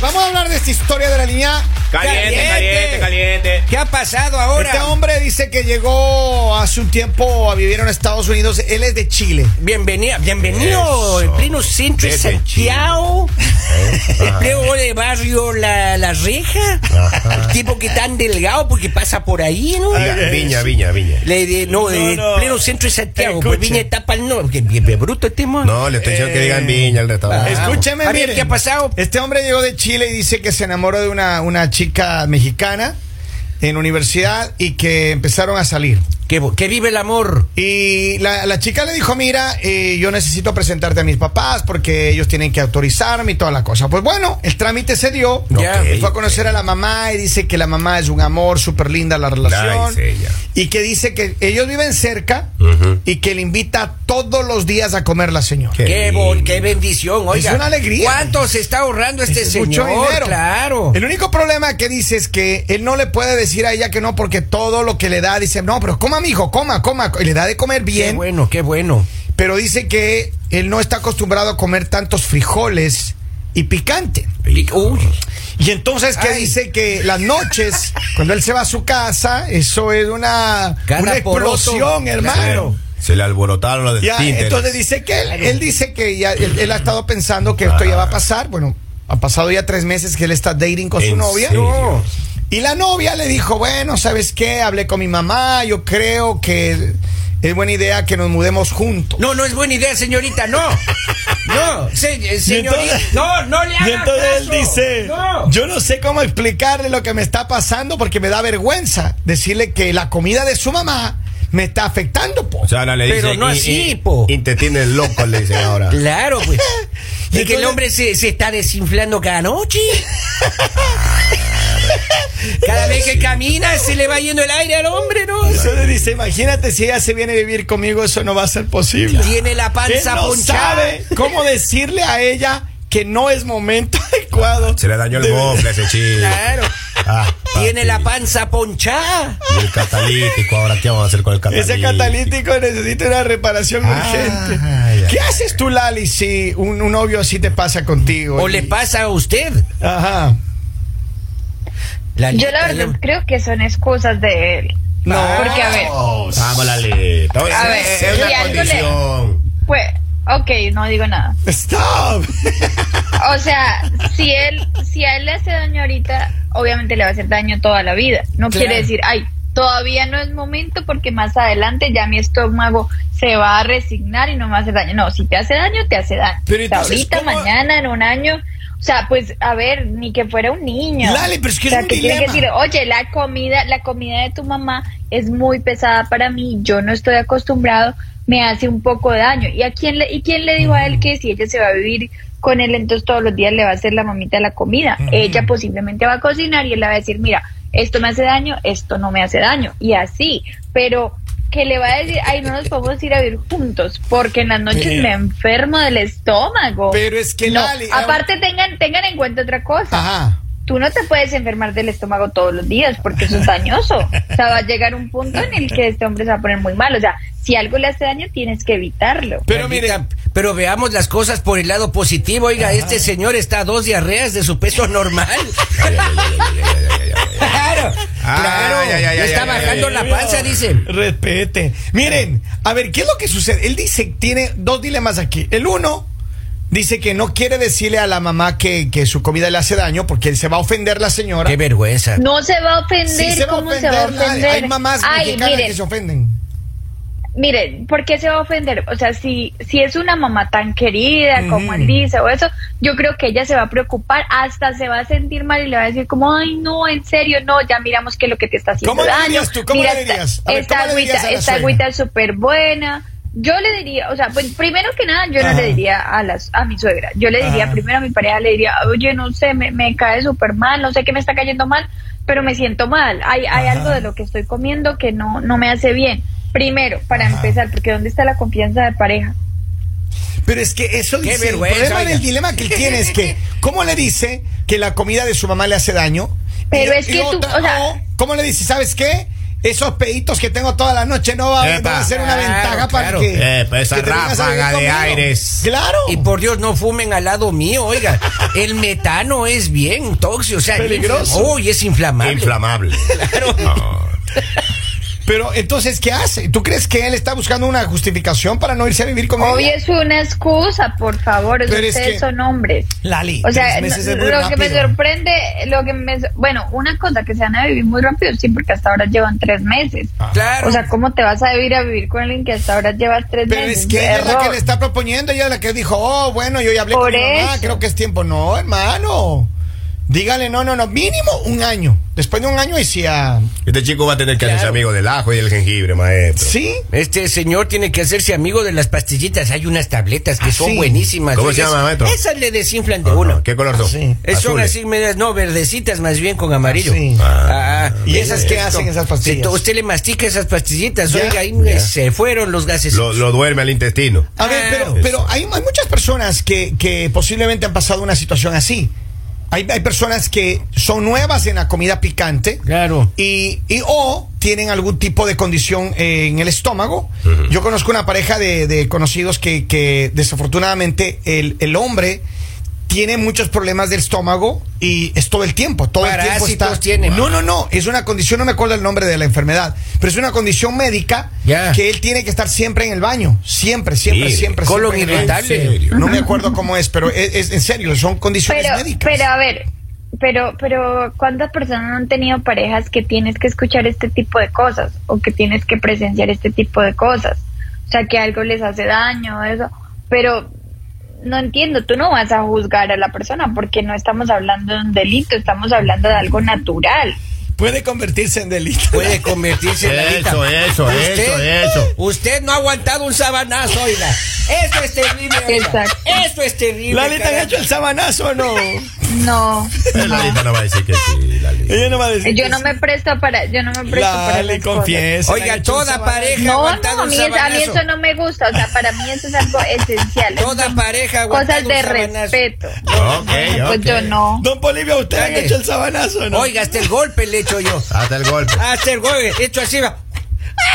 más historia de la línea. Caliente, caliente, caliente. ¿Qué ha pasado ahora? Este hombre dice que llegó hace un tiempo a vivir en Estados Unidos. Él es de Chile. Bienvenido, bienvenido, Eso. el pleno centro de Desde Santiago, el pleno de barrio La, La Reja, el tipo que tan delgado porque pasa por ahí, ¿no? Diga, viña, viña, viña. Le- de- no, el no. pleno centro de Santiago, Escuche. pues viña etapa al norte, que, que bruto este mono. No, le estoy diciendo que digan viña al restaurante. Ah, Escúcheme, a ver, miren. ¿qué ha pasado? Este hombre llegó de Chile y dice que se enamoró de una, una chica mexicana en universidad y que empezaron a salir. Que, bo- que vive el amor. Y la, la chica le dijo, mira, eh, yo necesito presentarte a mis papás porque ellos tienen que autorizarme y toda la cosa. Pues bueno, el trámite se dio. Ya. Él fue a conocer a la mamá y dice que la mamá es un amor, súper linda la relación. Nice, ella. y que dice que ellos viven cerca y que le invita todos los días a comer la señora. Qué Qué, bon- qué bendición, oiga. una alegría. ¿Cuánto se está ahorrando este Es señor? mucho dinero. Claro. El único problema que dice es que él no le puede decir a ella que no porque todo lo que le da dice, no, pero coma, mijo, coma, coma. Y le da de comer Qué bien, bueno, qué bueno. pero dice que él no está acostumbrado a comer tantos frijoles y picante. Y- uy, Y entonces que Ay. dice que las noches, cuando él se va a su casa, eso es una, Cada una poroto. explosión, hermano. Se le alborotaron los Ya, tínteres. entonces dice que él, él dice que ya, él, él ha estado pensando que esto ya va a pasar. Bueno, han pasado ya tres meses que él está dating con su ¿En novia. serio? Y la novia le dijo, bueno, ¿sabes qué? Hablé con mi mamá, yo creo que es buena idea que nos mudemos juntos. No, no es buena idea, señorita, no. No, se- eh, señorita, no, no le haga Y entonces él caso. dice, no. yo no sé cómo explicarle lo que me está pasando porque me da vergüenza decirle que la comida de su mamá me está afectando. po". O sea, ahora le Pero dicen, no y- así, y- po. Y te tienen loco, le dicen ahora. Claro, pues. Y que el Entonces- hombre se, se está desinflando cada noche. Cada vez que camina se le va yendo el aire al hombre, ¿no? eh, Entonces dice, imagínate si ella se viene a vivir conmigo, eso no va a ser posible. Tiene la Él panza no ponchada. sabe cómo decirle a ella que no es momento adecuado. Se le dañó el de- mofle a ese chico. Claro. Ah, Tiene papi. la panza ponchada. Y el catalítico, ahora qué vamos a hacer con el catalítico. Ese catalítico necesita una reparación Ah, urgente. ya. ¿Qué haces tú, Lali, si un, un novio así te pasa contigo? O le Y- pasa a usted. Ajá. Lalita, Yo la verdad ¿no? creo que son excusas de él. No. Porque a ver, Vamos, Lali. Vamos, A ver, es- es y una algo le- condición. pues, ok, no digo nada. Stop. O sea, si él, si a él le hace daño ahorita, obviamente le va a hacer daño toda la vida. No Claro. quiere decir, ay, todavía no es momento porque más adelante ya mi estómago se va a resignar y no me va a hacer daño. No, si te hace daño, te hace daño. Pero O sea, entonces, ahorita, ¿cómo? mañana, en un año. O sea, pues, a ver, ni que fuera un niño. Lali, pero es que o sea, es un que tiene que dilema. decir, oye, la comida, la comida de tu mamá es muy pesada para mí, yo no estoy acostumbrado, me hace un poco daño. ¿Y a quién le, y quién le dijo a Mm. él que si ella se va a vivir con él, entonces todos los días le va a hacer la mamita la comida? Mm. Ella posiblemente va a cocinar y él le va a decir, mira, esto me hace daño, esto no me hace daño. Y así, pero que le va a decir, ay, no nos podemos ir a vivir juntos, porque en las noches Pero- me enfermo del estómago. Eh. Pero es que No, Lali- aparte tengan, tengan en cuenta otra cosa Ajá. tú no te puedes enfermar del estómago todos los días porque eso es dañoso. O sea, va a llegar un punto en el que este hombre se va a poner muy mal. O sea, si algo le hace daño, tienes que evitarlo. Pero Lalita, mire, pero veamos las cosas por el lado positivo. Oiga, este señor está a dos diarreas de su peso normal. Ay, ay, ay, ay, ay, ay, ay, ay, ay. Claro, Ah, claro. ya, ya, ya, Le está ya, ya, bajando ya, la panza, dice. Respete. Miren, a ver, ¿qué es lo que sucede? Él dice, tiene dos dilemas aquí. El uno dice que no quiere decirle a la mamá que, que su comida le hace daño porque él se va a ofender la señora. Qué vergüenza. No se va a ofender. Sí, se va a ¿Cómo se va a ofender. la- ofender? Hay mamás Ay, mexicanas que miren, se ofenden. miren, ¿por qué se va a ofender? O sea, si, si es una mamá tan querida como él dice o eso, yo creo que ella se va a preocupar, hasta se va a sentir mal y le va a decir como, ay, no, en serio, no, ya miramos que lo que te está haciendo ¿Cómo le daño. dirías tú? ¿Cómo Mira le esta- dirías? A Esta, ver, ¿cómo le dirías a agüita, la esta suegra? agüita es súper buena. Yo le diría, o sea, pues primero que nada, yo Ajá. no le diría a las a mi suegra. Yo le diría Ajá. primero a mi pareja, le diría, oye, no sé, me, me cae súper mal, no sé qué me está cayendo mal, pero me siento mal. Hay, hay Ajá. algo de lo que estoy comiendo que no, no me hace bien. Primero, para empezar, porque ¿dónde está la confianza de pareja? Pero es que eso Qué dice. vergüenza, el problema oiga. del dilema que él tiene es que, ¿cómo le dice que la comida de su mamá le hace daño? Pero es que tú, o sea- ¿Cómo le dice, ¿sabes qué? esos peditos que tengo toda la noche no va, Epa. va a ser una Claro, ventaja para claro. que. Epa, esa que te vengas a ráfaga vivir de conmigo. aires. Claro. Y por Dios, no fumen al lado mío, oiga. El metano es bien tóxico, o sea, Peligroso. Uy, es inflamable. Inflamable. Claro. No. Pero entonces, ¿qué hace? ¿Tú crees que él está buscando una justificación para no irse a vivir conmigo? Hoy es una excusa, por favor. o sea, Pero es ustedes que- son hombres. Lali, O sea, tres meses no- es muy lo que me rápido. sorprende, lo que me, bueno, una cosa que se van a vivir muy rápido, sí, porque hasta ahora llevan tres meses. Ah. Claro. O sea, ¿cómo te vas a vivir a vivir con alguien que hasta ahora llevas tres Pero meses? es que ella es la Error. que le está proponiendo, ella es la que dijo, oh, bueno, yo ya hablé Por con mi mamá, eso. creo que es tiempo. No, hermano. Dígale, no, no, no, mínimo un año. Después de un año y si a... Este chico va a tener que hacerse amigo del ajo y del jengibre, maestro. ¿Sí? Este señor tiene que hacerse amigo de las pastillitas. Hay unas tabletas que Ah, son sí. buenísimas. ¿Cómo se Esas- llama, maestro? Esas le desinflan de Ajá, uno. ¿Qué color son? Sí. Eh, Son Azules. así medias, no, verdecitas más bien con amarillo. Sí. Ah. ¿Y esas qué esto. hacen esas Se to- pastillas? usted le mastica esas pastillitas, Ya. oiga, ahí Ya. se fueron los gases. Lo, lo duerme al intestino. A ver, pero, Ah. pero hay, hay muchas personas que, que posiblemente han pasado una situación así. Hay, hay personas que son nuevas en la comida picante. Claro. Y, y o tienen algún tipo de condición eh, en el estómago. Yo conozco una pareja de, de conocidos que, que desafortunadamente el, el hombre tiene muchos problemas del estómago y es todo el tiempo, todo el tiempo Parásitos está. tiene. No, no, no, es una condición, no me acuerdo el nombre de la enfermedad, pero es una condición médica Ya. que él tiene que estar siempre en el baño, siempre, siempre, Mire, siempre. colon siempre en el baño. irritable. ¿En serio? No me acuerdo cómo es, pero es, es en serio, son condiciones pero, médicas. pero a ver, pero, pero ¿cuántas personas no han tenido parejas que tienes que escuchar este tipo de cosas o que tienes que presenciar este tipo de cosas? O sea, que algo les hace daño, eso. Pero no entiendo, tú no vas a juzgar a la persona porque no estamos hablando de un delito, estamos hablando de algo natural. Puede convertirse en delito. Puede convertirse en la Eso, lita. eso, eso, eso. Usted no ha aguantado un sabanazo, oiga. Eso es terrible. oiga. Exacto. Eso es terrible. ¿Lali te han carajo. hecho el sabanazo o no? No, Lalita no va a decir que sí, Lalita. Ella no va a decir. yo que no sí. me presto para, yo no me presto para Lali, esas cosas. confiesa. le ha hecho Oiga, un toda sabanazo. pareja ha No, aguantado no, a un mí, es- a mí sabanazo. eso no me gusta, o sea, para mí eso es algo esencial. Toda pareja ha aguantado Cosas de un sabanazo. respeto. Ok, Pues ok. yo no. Don Polivio, ¿usted le han Dale. hecho el sabanazo o no? Oiga, hasta el golpe le echo yo. Hasta el golpe. Hasta el golpe. Hecho así va.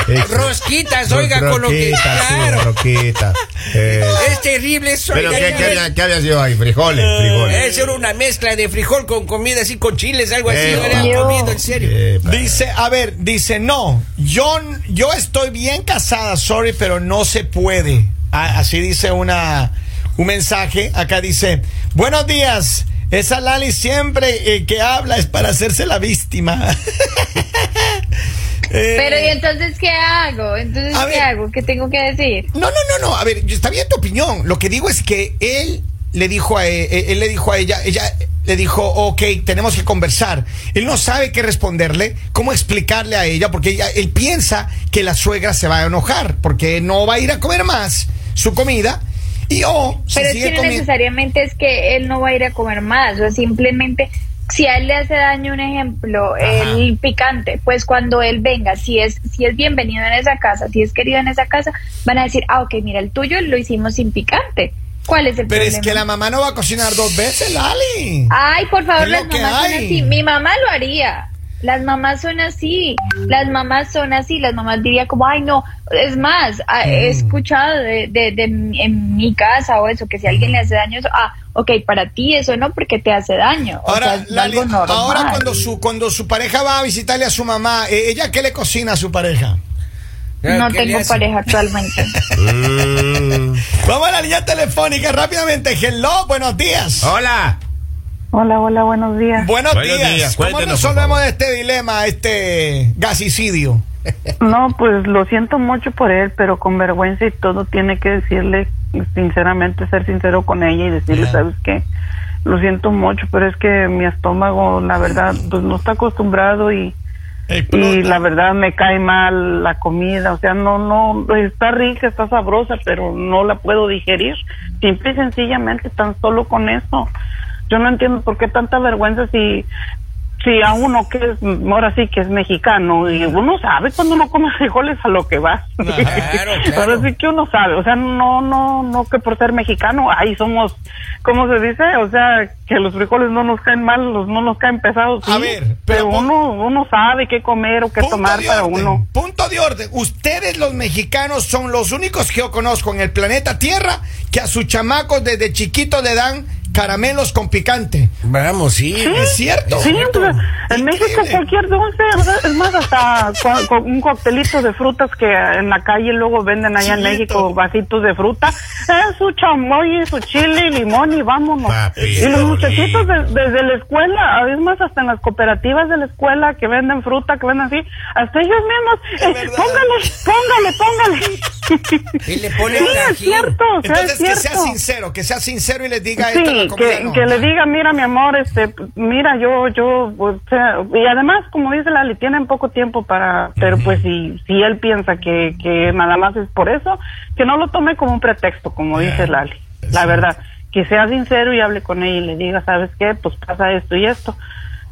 Eso. Rosquitas, Ah, oiga, con lo que. Rosquitas, sí, Claro. rosquitas. Eh, Es terrible eso. ¿Pero oiga, ya Eh, qué, qué ves. había, qué había sido ahí? Frijoles, frijoles. Eso era una mezcla de frijol con comida así, con chiles, algo así. Eh, Lo habían Dios. comido, en serio. Eh, pa- Dice, a ver, dice, no, yo, yo estoy bien casada, sorry, pero no se puede. A- así dice una, un mensaje. Acá dice, buenos días. Esa Lali siempre eh, que habla es para hacerse la víctima. Eh, Pero ¿y entonces qué hago? Entonces, A ¿qué ver. hago? ¿Qué tengo que decir? No, no, no, no. A ver, yo- está bien tu opinión. Lo que digo es que él le dijo a e- él, le dijo a ella, ella le dijo, ok, tenemos que conversar. Él no sabe qué responderle, cómo explicarle a ella, porque ella- él piensa que la suegra se va a enojar, porque no va a ir a comer más su comida. Y o si Pero es sigue que no comiendo- necesariamente es que él no va a ir a comer más, o sea, simplemente si a él le hace daño un ejemplo, el picante, pues cuando él venga, si es si es bienvenido en esa casa, si es querido en esa casa, van a decir, "Ah, ok, mira, el tuyo lo hicimos sin picante." ¿Cuál es el Pero problema? Ah, es que la mamá no va a cocinar dos veces, Lali. Ay, por favor, Es lo las que mamás son hay. así. Mi mamá lo haría. Las mamás son así. Las mamás son así. Las mamás diría como, ay, no. Es más, ah, Mm. he escuchado de, de, de mi- en mi casa o eso, que si a Mm. alguien le hace daño, eso, ah, ok, para ti eso no, porque te hace daño. O sea, Ahora, es Lali, algo normal. ahora cuando su cuando su pareja va a visitarle a su mamá, eh, ¿ella qué le cocina a su pareja? Claro, No Ah, ¿qué le tengo hace? pareja actualmente. Mm. Vamos a la línea telefónica rápidamente. Hello, buenos días. Hola. Hola, hola, buenos días. Buenos, Buenos días. días, ¿Cómo cuéntenos, resolvemos por este dilema, este gasicidio? No, pues lo siento mucho por él, pero con vergüenza y todo tiene que decirle sinceramente, ser sincero con ella y decirle, ¿sabes qué? Lo siento mucho, pero es que mi estómago, la verdad, pues no está acostumbrado y, y Mm, la verdad me cae mal la comida. O sea, no, no, está rica, está sabrosa, pero no la puedo digerir. Simple y sencillamente, tan solo con eso. Yo no entiendo por qué tanta vergüenza si Sí, a uno que es, mm, ahora sí que es mexicano, y uno sabe cuando uno come frijoles a lo que va. Claro, claro. Ahora sí que uno sabe, o sea, no, no, no que por ser mexicano, ahí somos, ¿cómo se dice? O sea, que los frijoles no nos caen mal, los, no nos caen pesados. A sí, ver, pero pero, pon- uno, uno sabe qué comer o qué tomar para orden, uno. Punto de orden. Ustedes los mexicanos son los únicos que yo conozco en el planeta Tierra que a sus chamacos desde chiquitos le dan caramelos con picante. Vamos, sí. ¿Es cierto? Sí, o sea, en México Increíble. cualquier dulce, ¿verdad? es más, hasta cua- con un coctelito de frutas que en la calle luego venden allá en Chilito. México, vasitos de fruta, eh, su chamoy, su chile, limón y vámonos. Papi, y los Paulín. muchachitos de- desde la escuela, es más, hasta en las cooperativas de la escuela que venden fruta, que venden así, hasta ellos mismos, eh, verdad. póngale, póngale, póngale. Y le ponen sí, ají. es cierto, o sea, Entonces, es que sea cierto. sincero, que sea sincero y les diga esto a la Sí, comida, que, no. que le diga, mira, mi amor, este, mira, yo, yo, o sea, y además, como dice Lali, tienen poco tiempo para, pero pues si, si él piensa que, que nada más es por eso, que no lo tome como un pretexto, como dice Lali, la verdad, que sea sincero y hable con ella y le diga, ¿sabes qué? Pues pasa esto y esto.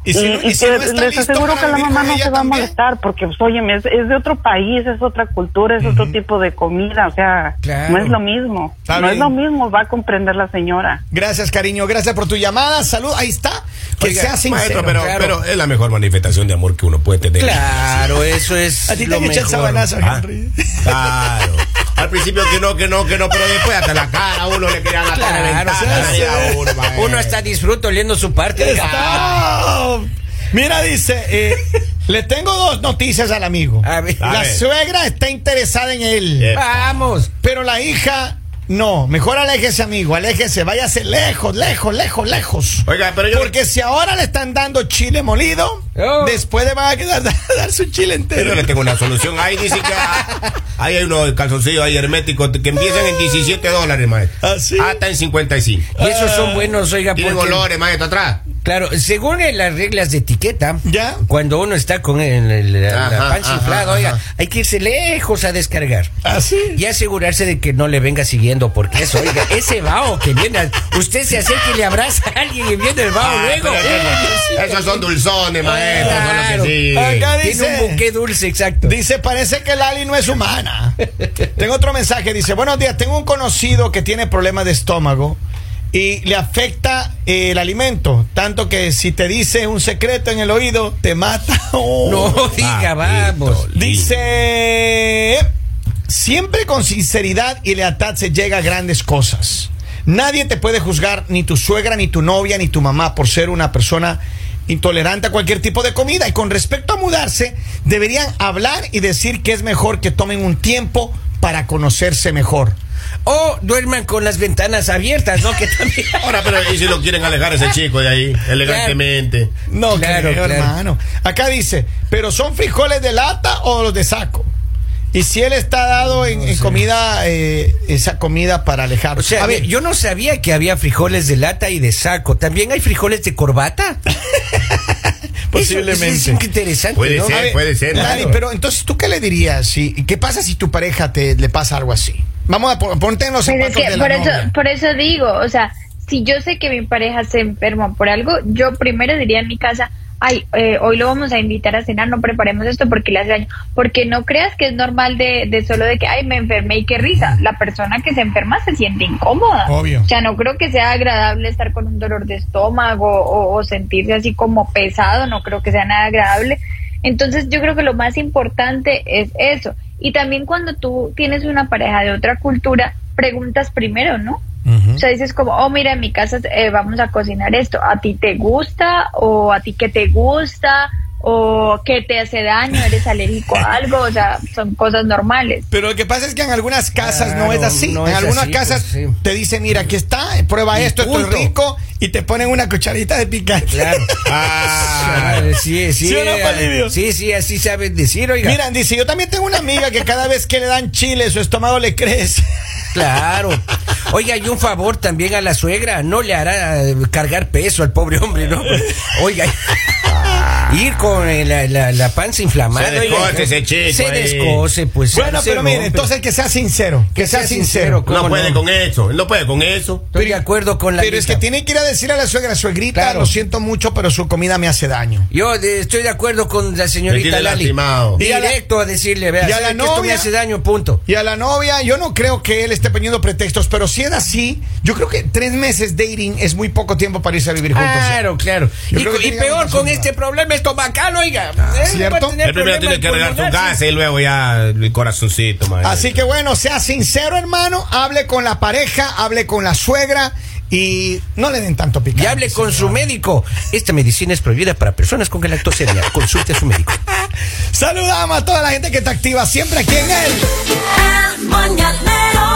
Y si no- y si que no está les listo aseguro para que la vivir mamá con no ella se va a también. molestar, porque, pues, óyeme, es, es de otro país, es otra cultura, es otro tipo de comida, o sea, Claro. no es lo mismo, Está no es bien. lo mismo, va a comprender la señora. Gracias, cariño. Gracias por tu llamada. Salud. Ahí está. Que Oiga, sea sincero. Maestro, pero, claro. pero es la mejor manifestación de amor que uno puede tener. Claro, eso es. a ti te lo han echado el mejor. sabanazo, Ah, Henry. Claro. Al principio que no, que no, que no, pero después hasta la cara a uno le quería la cara de Ah, Claro, ventana, sí, ya, sí. uno, maestro. Uno está disfruto oliendo su parte. Stop. Mira, dice, eh, le tengo dos noticias al amigo. A ver. la A ver. suegra está interesada en él, Yeah. Vamos. pero la hija no. Mejor aléjese, amigo, aléjese, váyase lejos, lejos, lejos, lejos. Oiga, pero yo. Porque si ahora le están dando chile molido, Oh. después le van a quedar dar su chile entero. Pero le tengo una solución. Ahí dice que ah, ahí hay unos calzoncillos ahí herméticos que empiezan en 17 dólares, maestro. ¿Ah, sí? Hasta en 55. Y esos son buenos, oiga, Tiene porque- colores, maestro, atrás. Claro, según eh, las reglas de etiqueta, Ya. cuando uno está con el, el- la- la Ajá, panza ajá, inflada, ajá. oiga, hay que irse lejos a descargar. Así. Y asegurarse de que no le venga siguiendo, porque eso, oiga, ese vaho que viene, a- usted se acerca y le abraza a alguien y viene el vaho Ah, luego. pero esos- Esos son dulzones, maestro. Son Claro. los que sí. Acá Tiene dice- un buque dulce, exacto. Dice, parece que Lali no es humana. tengo otro mensaje, dice, buenos días, tengo un conocido que tiene problemas de estómago y le afecta eh, el alimento, tanto que si te dice un secreto en el oído, te mata. Oh. No, diga, vamos. Dice, siempre con sinceridad y lealtad se llega a grandes cosas. Nadie te puede juzgar, ni tu suegra, ni tu novia, ni tu mamá, por ser una persona intolerante a cualquier tipo de comida. Y con respecto a mudarse, deberían hablar y decir que es mejor que tomen un tiempo para conocerse mejor. O duerman con las ventanas abiertas, ¿no? Que también. Ahora, pero ¿y si lo quieren alejar a ese chico de ahí? Elegantemente. No, Claro, claro, claro. hermano. Acá dice, pero son frijoles de lata o los de saco. Y si él está dado en, en comida, eh, esa comida para alejar. O sea, a ver, yo no sabía que había frijoles de lata y de saco. ¿También hay frijoles de corbata? posiblemente. Eso- eso es interesante, Puede ¿no? ser. A ver, puede ser, Lali, claro. pero entonces, ¿tú qué le dirías? Si, ¿Qué pasa si tu pareja te le pasa algo así? Vamos a po- ponte en los Pues es zapatos que de la por eso, novia. por eso digo, o sea, si yo sé que mi pareja se enferma por algo, yo primero diría en mi casa, ay, eh, hoy lo vamos a invitar a cenar, no preparemos esto porque le hace daño. Porque no creas que es normal de, de solo de que, ay, me enfermé y qué risa. La persona que se enferma se siente incómoda. Obvio. O sea, no creo que sea agradable estar con un dolor de estómago o, o sentirse así como pesado, no creo que sea nada agradable. Entonces yo creo que lo más importante es eso. Y también cuando tú tienes una pareja de otra cultura, preguntas primero, ¿no? O sea, dices como, oh, mira, en mi casa eh, vamos a cocinar esto. ¿A ti te gusta? ¿O a ti qué te gusta? ¿O qué te hace daño? ¿Eres alérgico a algo? O sea, son cosas normales. Pero lo que pasa es que en algunas casas no Claro, es así. no en es algunas así, casas pues, sí. te dicen, mira, aquí está, prueba Y esto, esto punto. es rico, y te ponen una cucharita de picante. Claro. Ah, Claro, sí, sí. ¿Sí o no, Polibio? sí, sí, así saben decir, oiga. Miran, dice, yo también tengo una amiga que cada vez que le dan chile, su estómago le crece. Claro. Oiga, y un favor también a la suegra, no le hará eh, cargar peso al pobre hombre, ¿no? Oiga. Ah. ir con eh, la, la- la panza inflamada. Se oiga, descoce ese chico Se ahí. descoce, pues. Bueno, se pero mire, rompe. entonces que sea sincero. Que, sea, sincero. ¿cómo No puede no? con eso, él no puede con eso. Estoy de acuerdo con la. Pero es que Anita. tiene que ir a decir a la suegra, suegrita, Claro. lo siento mucho, pero su comida me hace daño. Yo eh, estoy de acuerdo con la Me señorita tiene Lali. lastimado. Y a la- Directo a decirle, vea, y a ¿sabe la que esto me novia? hace daño, punto. Y a la novia, yo no creo que él esté poniendo pretextos, pero si es así, yo creo que tres meses dating es muy poco tiempo para irse a vivir juntos. Claro, claro. Yo Y, creo que y tenía peor razón, con ¿no? este problema estomacal, oiga. ¿cierto? Él primero tiene que regar su eh. casa y luego ya el corazoncito, man. Así que bueno, sea sincero, hermano, hable con la pareja, hable con la suegra y no le den tanto picante. Y hable con su médico. Esta medicina es prohibida para personas con galactosemia. Consulte a su médico. Saludamos a toda la gente que está activa siempre aquí en el El mañanero